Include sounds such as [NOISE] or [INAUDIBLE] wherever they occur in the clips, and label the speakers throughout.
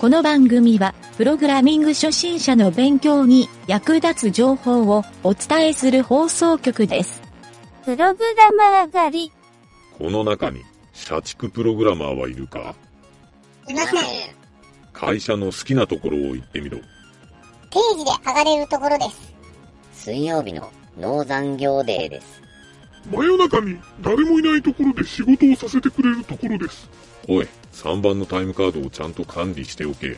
Speaker 1: この番組は、プログラミング初心者の勉強に役立つ情報をお伝えする放送局です。
Speaker 2: プログラマー上がり。
Speaker 3: この中に、社畜プログラマーはいるか
Speaker 4: いません。定
Speaker 3: 会社の好きなところを言ってみろ。
Speaker 4: 時で上がれるところです。
Speaker 5: 水曜日の農残業デーです。
Speaker 6: 真夜中に誰もいないところで仕事をさせてくれるところです。
Speaker 3: おい、3番のタイムカードをちゃんと管理しておけ。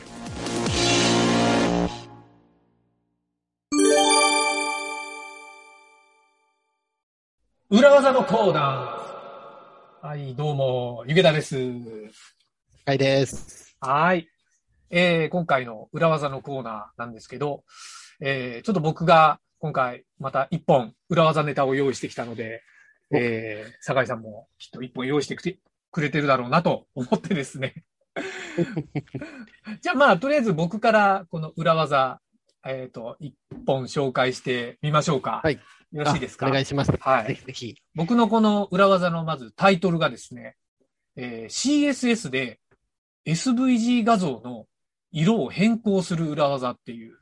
Speaker 7: 裏技のコーナー。はい、どうも、ゆげだです。
Speaker 8: はいです。
Speaker 7: はい。えー、今回の裏技のコーナーなんですけど、えー、ちょっと僕が今回また一本裏技ネタを用意してきたので、えー、酒井さんもきっと一本用意してくてくれてるだろうなと思ってです
Speaker 8: [LAUGHS]
Speaker 7: ね。じゃあまあ、とりあえず僕からこの裏技、えっ、と、一本紹介してみましょうか。
Speaker 8: はい。
Speaker 7: よろしいですか
Speaker 8: あお願いします。
Speaker 7: はい
Speaker 8: ぜひぜひ。
Speaker 7: 僕のこの裏技のまずタイトルがですね、えー CSS で SVG 画像の色を変更する裏技っていう、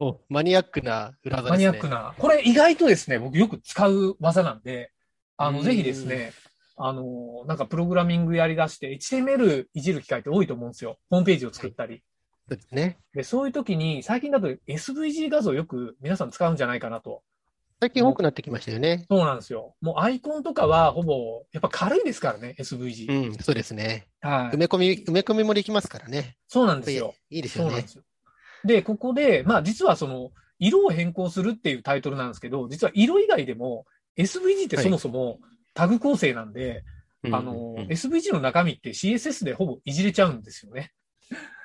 Speaker 8: お、マニアックな裏技
Speaker 7: マ
Speaker 8: です
Speaker 7: ニ
Speaker 8: ね。
Speaker 7: アックな、これ意外とですね、僕よく使う技なんで、あ
Speaker 8: う
Speaker 7: の、
Speaker 8: ん
Speaker 7: ぜひですね、あの、なんかプログラミングやり出して、HTML いじる機会って多いと思うんですよ。ホームページを作ったり。
Speaker 8: そうですね。
Speaker 7: で、そういう時に、最近だと SVG 画像よく皆さん使うんじゃないかなと
Speaker 8: 最近多くなってきましたよね。
Speaker 7: そうなんですよ。もうアイコンとかはほぼ、やっぱ軽いですからね、SVG。
Speaker 8: うん、そうですね。
Speaker 7: はい
Speaker 8: 埋。め込み、埋め込みもできますからね。
Speaker 7: そうなんですよ。
Speaker 8: いいです
Speaker 7: そう
Speaker 8: よ
Speaker 7: なん
Speaker 8: ね
Speaker 7: で。すよ。で、ここで、まあ実はその、色を変更するっていうタイトルなんですけど、実は色以外でも、SVG ってそもそもタグ構成なんで、
Speaker 8: うん
Speaker 7: あの、
Speaker 8: うん
Speaker 7: SVG の中身って CSS でほぼいじれちゃうんですよね。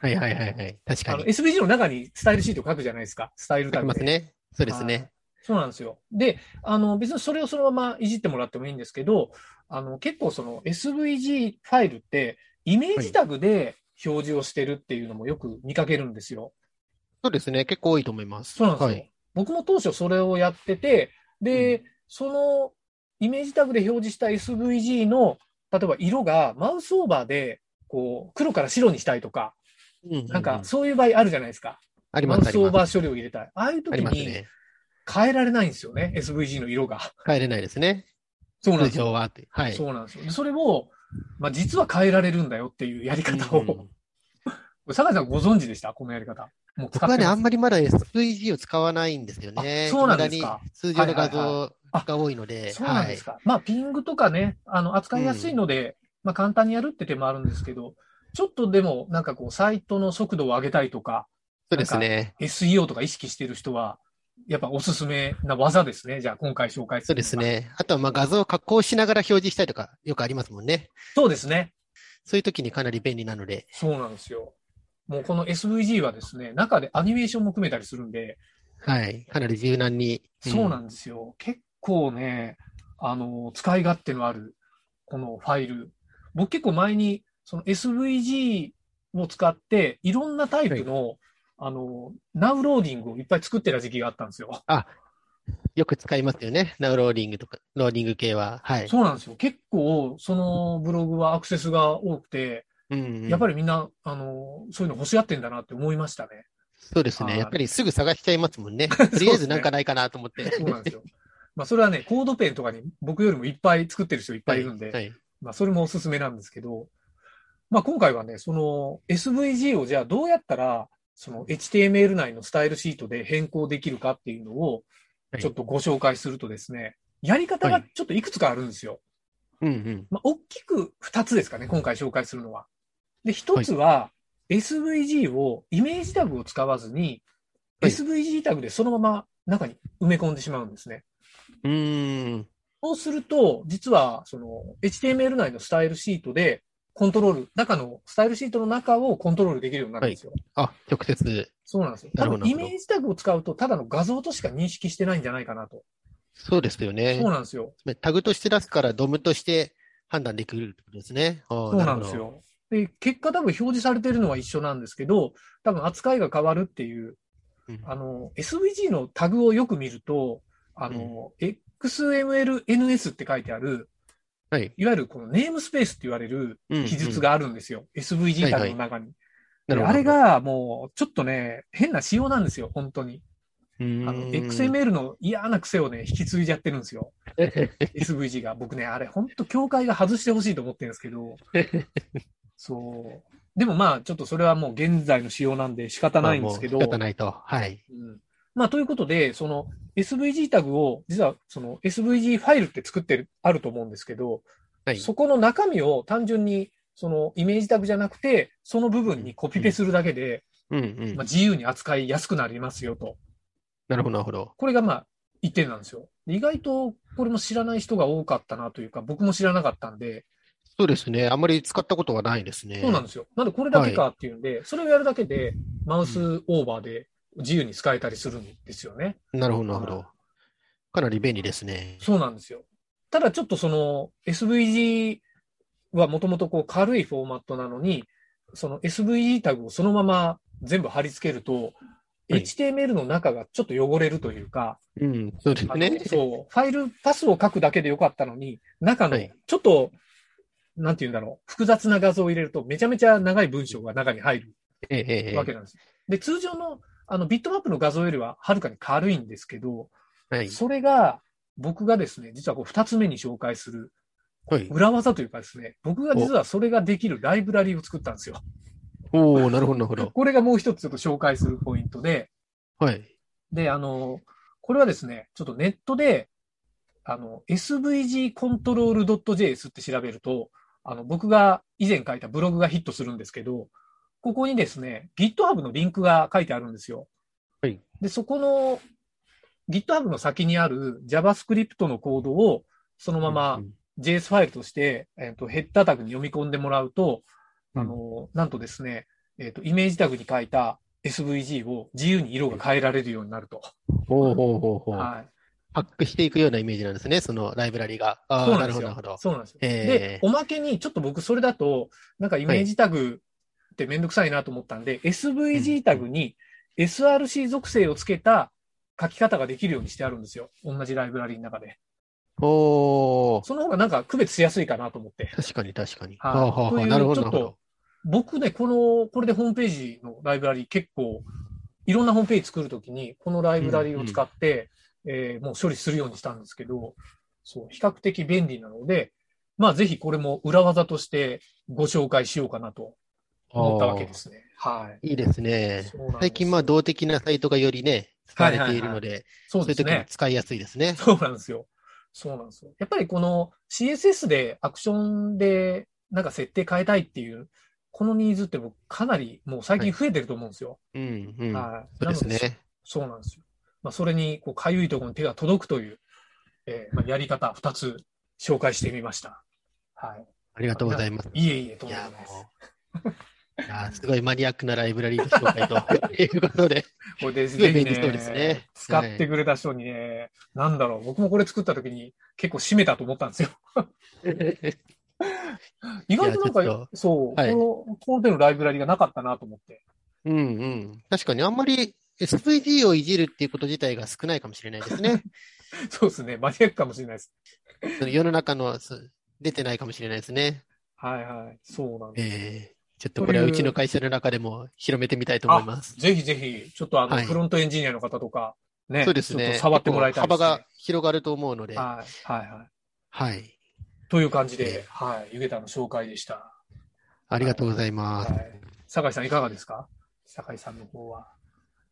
Speaker 8: はいはいはいはい。確か
Speaker 7: あの、
Speaker 8: に。
Speaker 7: SVG の中にスタイルシート書くじゃないですか。スタイルタ
Speaker 8: 書き
Speaker 7: グ
Speaker 8: ます
Speaker 7: で。
Speaker 8: ね。そうですね。
Speaker 7: そうなんですよ。で、あの、別にそれをそのままいじってもらってもいいんですけど、あの、結構その SVG ファイルって、イメージタグで表示をしてるっていうのもよく見かけるんですよ。
Speaker 8: そうですね。結構多いと思います。
Speaker 7: そうなんですよ。
Speaker 8: はい。
Speaker 7: 僕も当初それをやってて、で、そのイメージタグで表示した SVG の、例えば色がマウスオーバーで、こう、黒から白にしたいとか、
Speaker 8: うう
Speaker 7: なんか、そういう場合あるじゃないですか。
Speaker 8: あり
Speaker 7: マ
Speaker 8: ま
Speaker 7: ウ
Speaker 8: す、あ
Speaker 7: ス
Speaker 8: り
Speaker 7: オー
Speaker 8: ま
Speaker 7: バ
Speaker 8: す。
Speaker 7: ー処理を入れたい。ああいう
Speaker 8: あ
Speaker 7: 時
Speaker 8: ります
Speaker 7: に
Speaker 8: ね。
Speaker 7: 変えられないんですよね、SVG の色が。
Speaker 8: 帰れないですね。
Speaker 7: そうなん
Speaker 8: 通
Speaker 7: ですよ。
Speaker 8: 常はって。はい。
Speaker 7: そうなんですよ。でそれを、まあ、実は変えられるんだよっていうやり方
Speaker 8: う
Speaker 7: を、
Speaker 8: ん
Speaker 7: 坂井さんご存知でしたこのやり方。もう使っ
Speaker 8: 僕
Speaker 7: てま
Speaker 8: は
Speaker 7: す
Speaker 8: ね、あんまりまだ SVG を使わないんですよね。
Speaker 7: あそうなんですか
Speaker 8: 未だに通常の画
Speaker 7: はいはい
Speaker 8: 像が多いので。
Speaker 7: そうなんですか。まあ、ピングとかね、あの、扱いやすいので、まあ、簡単にやるって手もあるんですけど、ちょっとでも、なんかこう、サイトの速度を上げたいとか、
Speaker 8: そうですね。
Speaker 7: SEO とか意識してる人は、やっぱおすすめな技ですね。じゃあ、今回紹介す
Speaker 8: そう
Speaker 7: る。
Speaker 8: です。ね。あとはまあ画像を加工しながら表示したいとか、よくありますもんね。
Speaker 7: そうですね。
Speaker 8: そういう時にかなり便利なので。
Speaker 7: そうなんですよ。もうこの SVG はですね、中でアニメーションも含めたりするんで、
Speaker 8: はい。かなり柔軟に。
Speaker 7: そうなんんですよ。結構ね、あの、使い勝手のある、このファイル。僕結構前に、その SVG を使って、いろんなタイプの、あの、ナウローディングをいっぱい作ってた時期があったんですよ。
Speaker 8: よく使いますよね。ナウローリングとか、ローリング系は。はい。
Speaker 7: そうなんですよ。結構、そのブログはアクセスが多くて、やっぱ
Speaker 8: り。
Speaker 7: りみんな、あの、そういうの欲しがってんだなって思いましたね。
Speaker 8: そうです
Speaker 7: はい
Speaker 8: ね。やっぱりすぐ探しちゃいますも
Speaker 7: [LAUGHS]
Speaker 8: んね。とりあえずなんかないかなと思って。
Speaker 7: そうなん [LAUGHS] ですよ。まあ、それはね、コードペンとかに僕よりもいっぱい作ってる人いっぱいいるんで、
Speaker 8: はい。
Speaker 7: まあ、それもおすすめなんですけど、まあ、今回はね、その SVG をじゃあどうやったら、その HTML 内のスタイルシートで変更できるかっていうのを
Speaker 8: は、い
Speaker 7: ちょっとご紹介するとですね、やり方がちょっといくつかあるんですよ。
Speaker 8: うんうん。
Speaker 7: まあ、大きく2つですかね、今回紹介するのは。で、1つは、SVG を、イメージタグを使わずに、
Speaker 8: はい
Speaker 7: SVG タグでそのまま中に埋め込んでしまうんですね。
Speaker 8: うーん。
Speaker 7: そうすると、実は、その、HTML 内のスタイルシートで、コントロール、中の、スタイルシートの中をコントロールできるようになるんですよ。
Speaker 8: あ、直接。
Speaker 7: そうなんですよ。
Speaker 8: な
Speaker 7: 多
Speaker 8: るほど
Speaker 7: 分、イメージタグを使うと、ただの画像としか認識してないんじゃないかなと。
Speaker 8: そうですよね
Speaker 7: そう。なんですよ。
Speaker 8: タグとして出すから、ドムとして判断できるってことですね。そ
Speaker 7: そうなんです。よ。で、結果多分表示されてるのは一緒なんですけど、多分扱いが変わるっていう、
Speaker 8: うん
Speaker 7: あの、SVG のタグをよく見ると、あの、XMLNS って書いてある、
Speaker 8: はい。
Speaker 7: いわゆるこのネームスペースって言われる、
Speaker 8: うんうん
Speaker 7: 記述。があるんですよ。SVG タグの中に。
Speaker 8: なるほど
Speaker 7: あれ、がもうちょっとね、変な仕様なんですよ、本当に。
Speaker 8: あ
Speaker 7: あの、XML の嫌な癖をね、引き継いじゃってるんです
Speaker 8: [LAUGHS]
Speaker 7: よ。SVG が。僕ね、あれ、本当協会が外してほしいと思ってるんですけ
Speaker 8: [LAUGHS]
Speaker 7: ど。そう。でもまあ、ちょっとそれはもう現在の仕様なんで仕方ないんですけど。
Speaker 8: まあもう仕方ないと。はい。
Speaker 7: うんまあ、ということで、その SVG タグを、実はその SVG ファイルって作ってる、あると思うんですけど、
Speaker 8: はい。
Speaker 7: そこの中身を単純に、そのイメージタグじゃなくて、その部分にコピペするだけで、
Speaker 8: うんうん。
Speaker 7: まあ、自由に扱いやすくなりますよと。
Speaker 8: なるほど、なるほど。
Speaker 7: これがまあ、一点なんですよ。意外と、これも知らない人が多かったなというか、僕も知らなかったんで、
Speaker 8: そうですね。あんまり使ったことはないですね。
Speaker 7: そうなんですよ。なんでこれだけかっていうんで、それをやるだけで、マウスオーバーで自由に使えたりするんですよね。
Speaker 8: なるほど、なるほど。かなり便利ですね。
Speaker 7: そうなんですよ。ただちょっとその SVG はもともとこう軽いフォーマットなのに、その SVG タグをそのまま全部貼り付けると、
Speaker 8: はい
Speaker 7: HTML の中がちょっと汚れるというか、
Speaker 8: うん、そうです
Speaker 7: あの
Speaker 8: ね。
Speaker 7: そう、ファイルパスを書くだけでよかったのに、中の
Speaker 8: はい
Speaker 7: ちょっと、なんて言うんだろう、複雑な画像を入れると、めちゃめちゃ長い文章が中に入る
Speaker 8: えええええ
Speaker 7: わけなんです。で、通常のあのビットマップの画像よりははるかに軽いんですけど、
Speaker 8: えはい。
Speaker 7: それが、僕がですね、実はこう2つ目に紹介する
Speaker 8: はい。
Speaker 7: 裏技というかですね、僕が実はそれができるライブラリを作ったんですよ。
Speaker 8: おおなるほど、なるほど。
Speaker 7: これがもう一つちょっと紹介するポイントで、
Speaker 8: はい。
Speaker 7: で、あの、これはですね、ちょっとネットで、あの、svgcontrol.js って調べると、あの、僕が以前書いたブログがヒットするんですけど、ここにですね、GitHub のリンクが書いてあるんですよ。
Speaker 8: はい。
Speaker 7: で、そこの GitHub の先にある JavaScript のコードをそのまま
Speaker 8: うん
Speaker 7: JS ファイルとして、えっとヘッダータグに読み込んでもらうと、
Speaker 8: うん
Speaker 7: あのなんとですね、えっとイメージタグに書いた SVG を自由に色が変えられるようになると。
Speaker 8: ほうほうほうほう。
Speaker 7: は
Speaker 8: パックしていくようなイメージなんですね、そのライブラリ
Speaker 7: い、
Speaker 8: が。あ
Speaker 7: そうな
Speaker 8: あ、な
Speaker 7: で
Speaker 8: んる
Speaker 7: す
Speaker 8: ほど、な
Speaker 7: よ
Speaker 8: るほど。。
Speaker 7: そうなんですよ。
Speaker 8: ええ
Speaker 7: で、おまけに、ちょっと僕それだと、なんかイメージタグってめんどくさいなと思ったんで、SVG タグに SRC 属性をつけた書き方ができるようにしてあるんですよ。同じライブラリの中で。
Speaker 8: おー
Speaker 7: その方がなんか区別しやすいかなと思って。
Speaker 8: 確かに確かに。
Speaker 7: はい
Speaker 8: はあはあ
Speaker 7: と
Speaker 8: はあ
Speaker 7: いう
Speaker 8: なるほど、
Speaker 7: ちょ
Speaker 8: な
Speaker 7: っ
Speaker 8: るほ
Speaker 7: と
Speaker 8: ど。
Speaker 7: 僕ね、この、これでホームページのライブラリ結構、いろんなホームページ作るときに、このライブラリを使って、えーもう処理するようにしたんですけど、そう、比較的便利なので、まあぜひこれも裏技としてご紹介しようかなと思ったわけですね。はい。
Speaker 8: いいですね。
Speaker 7: そうなんです
Speaker 8: 最近、まあ、動的なサイトがよりね、使われているので、
Speaker 7: そう
Speaker 8: そう
Speaker 7: で
Speaker 8: いう
Speaker 7: す
Speaker 8: 時に
Speaker 7: ね。
Speaker 8: 使いやすいですね。
Speaker 7: そうなんですよ。そうなんですよ。やっぱりこの CSS でアクションでなんか設定変えたいっていう、このニーズって僕かなりもう最近増えてると思うんですよ。
Speaker 8: うん、うん。
Speaker 7: はい。
Speaker 8: そうです
Speaker 7: なので
Speaker 8: ね。
Speaker 7: そうなんですよ。まあ、それに、こう、かゆいところに手が届くという、えーまあ、やり方2つ紹介してみました。は
Speaker 8: ありがとうございます。
Speaker 7: い。いえいえ、とん
Speaker 8: い
Speaker 7: でもな
Speaker 8: や
Speaker 7: い、です。
Speaker 8: も
Speaker 7: [LAUGHS]
Speaker 8: う。いやーすごいマニアックなライブラリーの紹介と [LAUGHS] いうことで、
Speaker 7: これで、
Speaker 8: すごい
Speaker 7: ぜひ
Speaker 8: 便利そうです
Speaker 7: ね
Speaker 8: ね、
Speaker 7: 使ってくれた人にね、なんだろう、僕もこれ作った時に結構締めたと思ったんですよ。意外となん
Speaker 8: いやちょっ
Speaker 7: か、そう、
Speaker 8: はい
Speaker 7: この、この手のライブラリがなかったなと思って。
Speaker 8: うんうん。確かにあんまり SVG をいじるっていうこと自体が少ないかもしれないで
Speaker 7: [LAUGHS]
Speaker 8: すね。
Speaker 7: そうですね、マニアックかもしれないです。
Speaker 8: その世の中のそう出てないかもしれないですね。
Speaker 7: はいはい、そうなんです。
Speaker 8: ええちょっとこれは
Speaker 7: という
Speaker 8: うちの会社の中でも広めてみたいと思います。
Speaker 7: ぜひぜひ、ちょっとあの、
Speaker 8: はい
Speaker 7: フロントエンジニアの方とか、ね、
Speaker 8: そうです
Speaker 7: ちょっ
Speaker 8: ね。
Speaker 7: と触ってもらいたいです、ね。
Speaker 8: 幅が広がると思うので、は
Speaker 7: はい、はい、はい。
Speaker 8: い。
Speaker 7: という感じで
Speaker 8: え、
Speaker 7: はい、ゆげたの紹介でした。
Speaker 8: ありがとうござい
Speaker 7: は
Speaker 8: ます。
Speaker 7: い。酒井さん、いかがですか酒井さんの方は。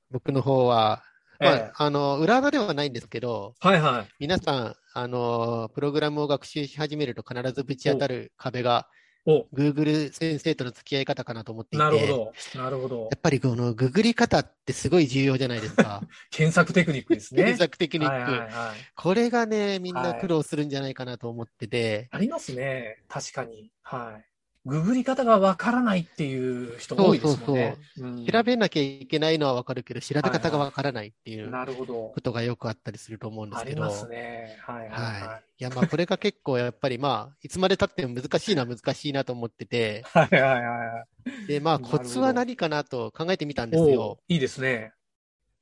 Speaker 8: 僕の方は、まあ、あの、裏技ではないんですけど、
Speaker 7: えはいはい。
Speaker 8: 皆さん、あの、プログラムを学習し始めると必ずぶち当たる壁が、
Speaker 7: お、
Speaker 8: Google 先生との付き合い方かなと思っていて、
Speaker 7: なるほど。なるほど
Speaker 8: や。っぱりこのググり方ってすごい重要じゃないですか。
Speaker 7: 検索テクニックです [LAUGHS] ね。
Speaker 8: 検索テクニック、
Speaker 7: はいはいはい。
Speaker 8: これがね、みんな苦労するんじゃないかなと思ってて、
Speaker 7: ありますね。確かに。はい。ググり方がわからないっていう人多いですもんね。うん
Speaker 8: 調べなきゃいけないのはわかるけど、調べ方がわからないっていう
Speaker 7: なるほど
Speaker 8: こ。とがよくあったりすると思うんで
Speaker 7: あ
Speaker 8: すけ
Speaker 7: り
Speaker 8: ど、
Speaker 7: ますね。はいはいは
Speaker 8: はいい。いや、まあこれが結構やっぱりまあ、いつまで経っても難しいのは難しいなと思ってて、。
Speaker 7: はいはいはいはい。
Speaker 8: で、まあ
Speaker 7: [LAUGHS] なるほど
Speaker 8: コツは何かなと考えてみたんです
Speaker 7: お
Speaker 8: よ。
Speaker 7: いいですね。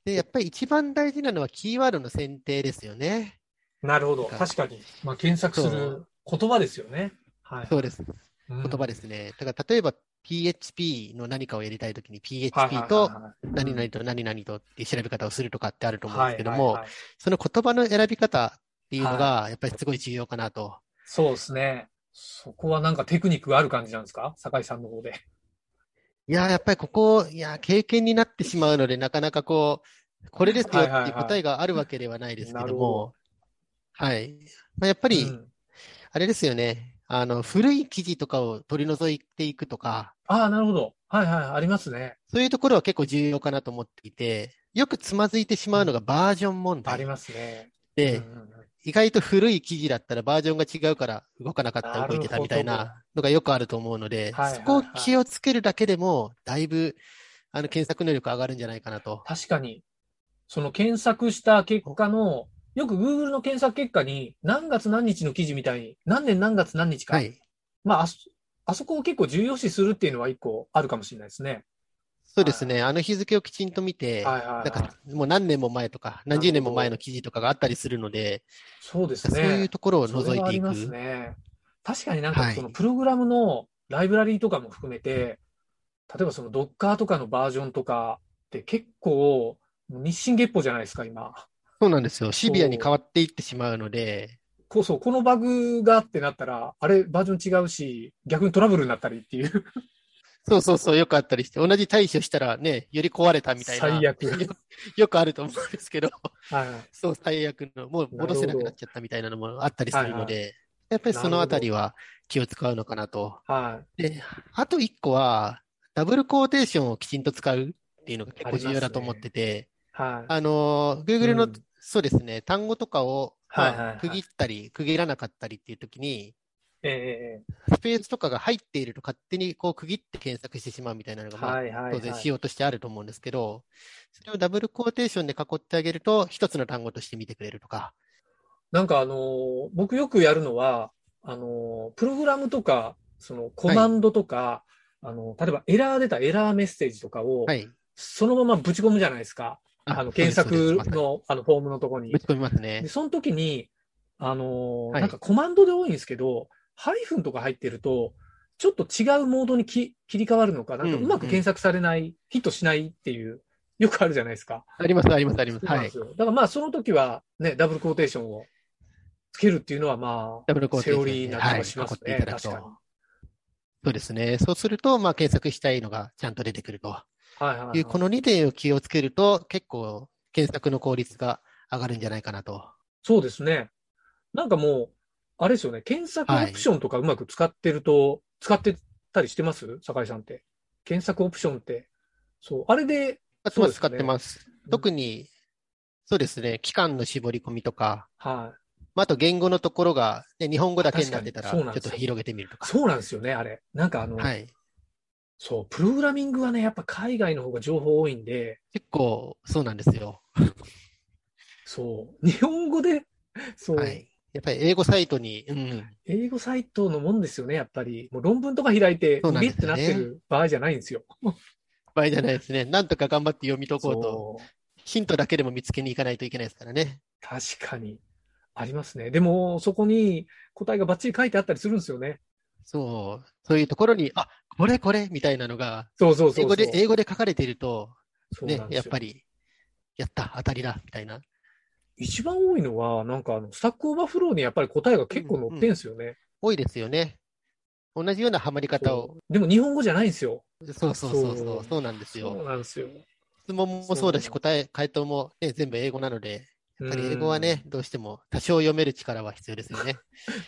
Speaker 8: で、やっぱり一番大事なのはキーワードの選定ですよね。
Speaker 7: なるほど。
Speaker 8: なんか
Speaker 7: 確かに。まあ、検索する言葉ですよね。はい。
Speaker 8: そうです。
Speaker 7: 言
Speaker 8: 言葉ですね。だから例えば、 PHP の何かをやりたいとき
Speaker 7: は
Speaker 8: に
Speaker 7: いはい
Speaker 8: PHP
Speaker 7: はい
Speaker 8: と
Speaker 7: はい
Speaker 8: 何々と何々とって調べ方をするとかってあると思うん
Speaker 7: は
Speaker 8: で
Speaker 7: い
Speaker 8: すけど
Speaker 7: はい
Speaker 8: も、
Speaker 7: はい
Speaker 8: その言葉の選び方っていうのが、やっぱりすごい重要かなと。
Speaker 7: そうですね。そこはなんかテクニックがある感じなんですか酒井さんの方で。
Speaker 8: いやー、やっぱりここ、いやー、経験になってしまうので、なかなかこう、これですよっていう答えがあるわけではないですけども、はい。まあ、やっぱり、
Speaker 7: うん
Speaker 8: あれですよね。あの、古い記事とかを取り除いていくとか、
Speaker 7: ああ、なるほど。はいはい、ありますね。
Speaker 8: そういうところは結構重要かなと思っていて、よくつまずいてしまうのがバージョン問
Speaker 7: あり
Speaker 8: 題
Speaker 7: ますね。
Speaker 8: で、
Speaker 7: うんうんうん
Speaker 8: 意外と古い記事だったらバージョンが違うから動かなかった、動いてたみたい
Speaker 7: なるほ
Speaker 8: なのがよくあると思うので、
Speaker 7: はいはいはい
Speaker 8: そこを気をつけるだけでも、だいぶ、あの、検索能力上がるんじゃないかなと。
Speaker 7: 確かに、その検索した結果の、よく Google の検索結果に、何月何日の記事みたいに、何年何月何日か。
Speaker 8: はい。
Speaker 7: まあ、あそ、あそこを結構重要視するっていうのは一個あるかもしれないですね。
Speaker 8: そうですね。あの日付をきちんと見て、
Speaker 7: はいはいはい
Speaker 8: なんか、もう何年も前とか、何十年も前の記事とかがあったりするので、
Speaker 7: そうです
Speaker 8: そういう
Speaker 7: ね。
Speaker 8: ところを
Speaker 7: そ
Speaker 8: 除
Speaker 7: れ
Speaker 8: い
Speaker 7: はあ
Speaker 8: て
Speaker 7: り
Speaker 8: い
Speaker 7: ま
Speaker 8: く。
Speaker 7: すね。確かになんか
Speaker 8: はい
Speaker 7: そのプログラムのライブラリーとかも含めて、例えばその Docker とかのバージョンとかって結構日進月歩じゃないですか、今。
Speaker 8: そうなんですよ。シビアに変わっていってしまうので、
Speaker 7: こうそう、このバグがってなったら、あれ、バージョン違うし、逆にトラブルになったりっていう。
Speaker 8: そうそうそう、よくあったりして、同じ対処したらね、より壊れたみたいな、
Speaker 7: 最悪
Speaker 8: よ [LAUGHS] よくあると思うんですけど、 [LAUGHS]
Speaker 7: はい。
Speaker 8: そう、最悪の、もう戻せなくなっちゃったみたいなのもあったりするので、やっぱりそのあたりは気を使うのかなと。
Speaker 7: はい。
Speaker 8: で、あと一個は、ダブルコーテーションをきちんと使うっていうのが結構重要だと思ってて、
Speaker 7: はい。
Speaker 8: [LAUGHS] あの、Google
Speaker 7: う
Speaker 8: の
Speaker 7: ん、
Speaker 8: そうですね、単語とかを、
Speaker 7: はいはい
Speaker 8: まあ
Speaker 7: はい
Speaker 8: 区切ったり、区切らなかったりっていう時に、
Speaker 7: ええ
Speaker 8: スペースとかが入っていると勝手にこう区切って検索してしまうみたいなのが、まあ
Speaker 7: はいはいはい
Speaker 8: 当然しようとしてあると思うんですけど、それをダブルコーテーションで囲ってあげると、一つの単語として見てくれるとか。
Speaker 7: なんかあのー僕よくやるのは、あのープログラムとか、そのコマンドとか、あのー例えばエラー出たエラーメッセージとかを、
Speaker 8: はい。
Speaker 7: そのままぶち込むじゃないですか。あの、検
Speaker 8: そう
Speaker 7: 索
Speaker 8: ですそうですま
Speaker 7: の、あの、フォームのとこ
Speaker 8: さ
Speaker 7: に
Speaker 8: に。打ち込みます
Speaker 7: で、
Speaker 8: ね。
Speaker 7: その時に、あのー
Speaker 8: はい
Speaker 7: なんかコマンドで多いんですけど、ハイフンとか入ってると、ちょっと違うモードにき切り替わるのか、なんかうまく検索されない、ヒットしないっていう、よくあるじゃないですか。
Speaker 8: あります、あります、ありま
Speaker 7: そ
Speaker 8: す。
Speaker 7: うなん
Speaker 8: は
Speaker 7: で
Speaker 8: い
Speaker 7: す。よだからまあ、その時はね、ダブルコーテーションをつけるっていうのはまあ、
Speaker 8: ダブルコー
Speaker 7: セ
Speaker 8: テーショ
Speaker 7: オ
Speaker 8: ンで
Speaker 7: リーな気がします
Speaker 8: はい
Speaker 7: ね。
Speaker 8: 囲っていただ
Speaker 7: 確
Speaker 8: くと
Speaker 7: かに。
Speaker 8: そうですね。そうすると、まあ、検索したいのがちゃんと出てくると
Speaker 7: はいはいはい、
Speaker 8: いう、この2点を気をつけると、結構、検索の効率が上がるんじゃないかなと。
Speaker 7: そうですね。なんかもう、あれですよね、検索オプションとかうまく使ってると、使ってたりしてます酒井さんって。検索オプションって。そう、あれで、そうですね
Speaker 8: 使ってます。特に、そうですね、期間の絞り込みとか、
Speaker 7: はい。
Speaker 8: まあ、あと言語のところが、ね、日本語だけになってた
Speaker 7: 確
Speaker 8: ら、ち
Speaker 7: かにそう
Speaker 8: ょ
Speaker 7: なん
Speaker 8: っ
Speaker 7: です
Speaker 8: と
Speaker 7: よ
Speaker 8: 広げてみるとか。
Speaker 7: そうなんですよね、あれ。なんかあの、
Speaker 8: はい。
Speaker 7: そう、プログラミングはね、やっぱ海外の方が情報多いんで、
Speaker 8: 結構、そうなんですよ。
Speaker 7: そう、日本語で、そう、
Speaker 8: はい。やっぱり英語サイトに、うん。
Speaker 7: 英語サイトのもんですよね、やっぱり。もう論文とか開いて、
Speaker 8: そうなん
Speaker 7: ビ
Speaker 8: で
Speaker 7: っ
Speaker 8: す
Speaker 7: てな
Speaker 8: よ
Speaker 7: っ
Speaker 8: ね
Speaker 7: てる場合じゃないんですよ。
Speaker 8: 場合じゃないですね。なんとか頑張って読み解こうと。
Speaker 7: そう。
Speaker 8: ヒントだけでも見つけに行かないといけないですからね。
Speaker 7: 確かに。ありますね。でも、そこに答えがバッチリ書いてあったりするんですよね。
Speaker 8: そう。そういうところに、あ、これこれみたいなのが、
Speaker 7: そうそうそうそう。
Speaker 8: 英語で、英語で書かれていると、
Speaker 7: そう
Speaker 8: ね
Speaker 7: な、んで
Speaker 8: やっ
Speaker 7: すよ
Speaker 8: ぱり、やった、当たりだ、みたいな。
Speaker 7: 一番多いのは、なんかあの、スタックオーバーフローにやっぱり答えが結構載ってんすよね。
Speaker 8: 多いですよね。同じようなハマり方を。
Speaker 7: でも日本語じゃないんですよ。
Speaker 8: そうそうそうそ
Speaker 7: そうう。
Speaker 8: そうなんですよ
Speaker 7: そ。うなんですよ。
Speaker 8: 質問もそうだし、
Speaker 7: そう
Speaker 8: 答え、回答も、ね、全部英語なので、やっぱり英語はね、
Speaker 7: う
Speaker 8: どうしても多少読める力は必要です
Speaker 7: [LAUGHS]
Speaker 8: よね。
Speaker 7: ん。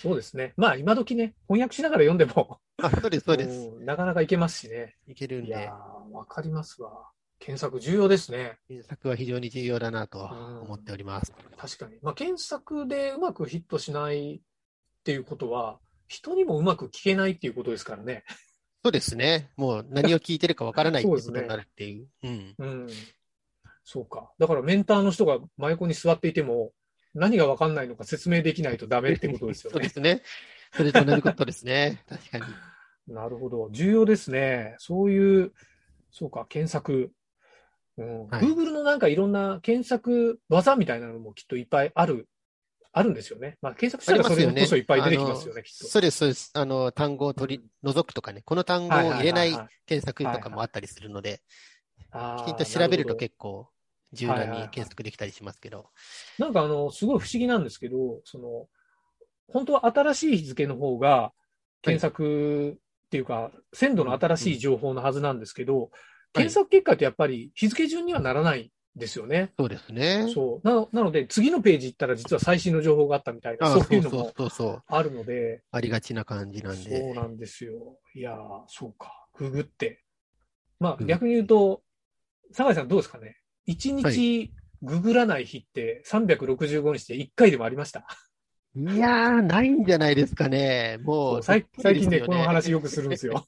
Speaker 7: そうですね。まあ、今時ね、翻訳しながら読んでも、
Speaker 8: あそうです、そうです。
Speaker 7: うんなかなかいけますしね。
Speaker 8: いけるん
Speaker 7: いや
Speaker 8: で、
Speaker 7: ー、わかりますわ。検索重要ですね。
Speaker 8: 検索は非常に重要だなと
Speaker 7: うん
Speaker 8: 思っております。
Speaker 7: 確かに。まあ、検索でうまくヒットしないっていうことは、人にもうまく聞けないっていうことですからね。
Speaker 8: そうですね。もう何を聞いてるかわからないって
Speaker 7: そう
Speaker 8: こ
Speaker 7: です
Speaker 8: と
Speaker 7: ね
Speaker 8: になるっていう。うん。
Speaker 7: うん。そうか。だからメンターの人が真横に座っていても、何がわかんないのか説明できないとダメってことですよ
Speaker 8: [LAUGHS] そうで
Speaker 7: ね。
Speaker 8: すね。それと同じことですね。確かに。
Speaker 7: なるほど。重要ですね。そういう、そうか、検索。うん。
Speaker 8: はい
Speaker 7: Google のなんかいろんな検索技みたいなのもきっといっぱいある、あるんですよね。まあ、検索したらそれこそいっぱい出てきますよね、きっと。
Speaker 8: そうです、そうです。あの、単語を取り除くとかね、この単語を入れない検索とかもあったりするので、
Speaker 7: あー
Speaker 8: きちんと調べると
Speaker 7: なほど
Speaker 8: 結構柔軟
Speaker 7: はいはい
Speaker 8: に
Speaker 7: はい
Speaker 8: 検索できたりしますけど。
Speaker 7: なんかあの、すごい不思議なんですけど、その、本当は新しい日付の方が、検索っていうか、鮮度の新しい情報のはずなんですけど、検索結果ってやっぱり日付順にはならないんですよね。
Speaker 8: そうですね。
Speaker 7: そう。なのなので、次のページ行ったら実は最新の情報があったみたいな、
Speaker 8: あ
Speaker 7: そう
Speaker 8: ー
Speaker 7: いうの
Speaker 8: そう
Speaker 7: も
Speaker 8: そうそう。
Speaker 7: あるので、
Speaker 8: ありがちな感じなん
Speaker 7: そう
Speaker 8: で。
Speaker 7: なんですよ。いやー、そうか。ググって。まあ、
Speaker 8: うん
Speaker 7: 逆に言うと、酒井さんどうですかね。一
Speaker 8: は
Speaker 7: 日ググらない日って365日で1回でもありました
Speaker 8: いやー、ないんじゃないですかね。もう、
Speaker 7: 最最近ね、
Speaker 8: びっ
Speaker 7: こ
Speaker 8: くり
Speaker 7: の
Speaker 8: です
Speaker 7: 話
Speaker 8: よ
Speaker 7: よくするんですよ。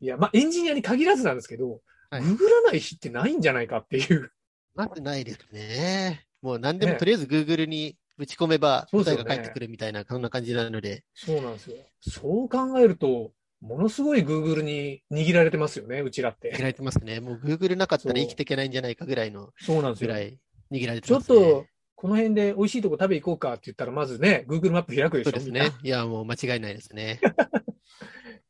Speaker 7: いや、まあ、エンジニアに限らずなんですけど、
Speaker 8: はい
Speaker 7: ググらない日ってないんじゃないかっていう。
Speaker 8: [LAUGHS] まずないですね。もう何でも
Speaker 7: ね
Speaker 8: とりあえず Google に打ち込めば
Speaker 7: そうですよ
Speaker 8: 答え
Speaker 7: ね
Speaker 8: が返ってくるみたいな、そんな感じなので。
Speaker 7: そうなんですよ。そう考えると、ものすごい Google に握られてますよね、うちらっ
Speaker 8: 握
Speaker 7: て。
Speaker 8: られてますね。もう Google なかったら
Speaker 7: そう
Speaker 8: 生きていけないんじゃないかぐらいの、
Speaker 7: そうなんです
Speaker 8: ぐ
Speaker 7: よ
Speaker 8: ら。い握られて
Speaker 7: ちょ
Speaker 8: ま
Speaker 7: っ
Speaker 8: すね。
Speaker 7: と、この辺で美味しいとこ食べ行こうかって言ったら、まずね、Google マップ開くでしょ、
Speaker 8: そうです
Speaker 7: みんな
Speaker 8: ね。いや、もう間違いないです
Speaker 7: [LAUGHS]
Speaker 8: ね。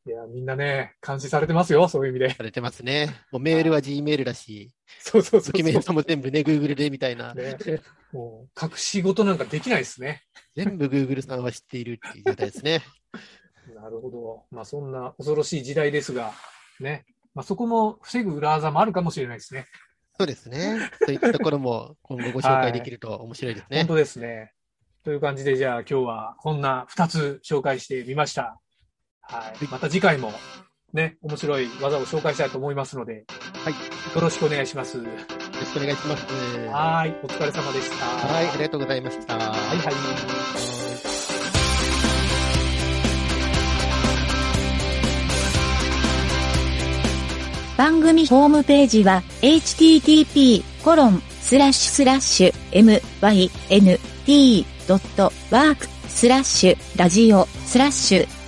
Speaker 7: いや、みんなね、監視されてますよ、そういう意味で。 [LAUGHS]
Speaker 8: されてますね。もうメールは Gmail だし、
Speaker 7: そう [LAUGHS] そうそ
Speaker 8: ド
Speaker 7: うそ
Speaker 8: キュメン
Speaker 7: う。
Speaker 8: トも全部ね、Google でみたいな。
Speaker 7: ね、もう隠し事なんかできないですね。
Speaker 8: 全部 Google さんは知っているっていう状態で
Speaker 7: [LAUGHS]
Speaker 8: すね。
Speaker 7: なるほど。まあそんな恐ろしい時代ですが、ね。まあそこも防ぐ裏技もあるかもしれないですね。
Speaker 8: そうですね。そういったところも今後ご紹介できると面白いですね
Speaker 7: 本。当ですね。という感じで、じゃあ今日はこんな2つ紹介してみました。はい。また次回もね、面白い技を紹介したいと思いますので、
Speaker 8: はい。
Speaker 7: よろしくお願いします。
Speaker 8: よろしくお願いします。は
Speaker 7: はい。お疲れ様でした。
Speaker 8: い。ありがとうございました。
Speaker 7: はいはい。
Speaker 1: 番組ホームページは http:// mynt.work スラッシュラジオスラッシュ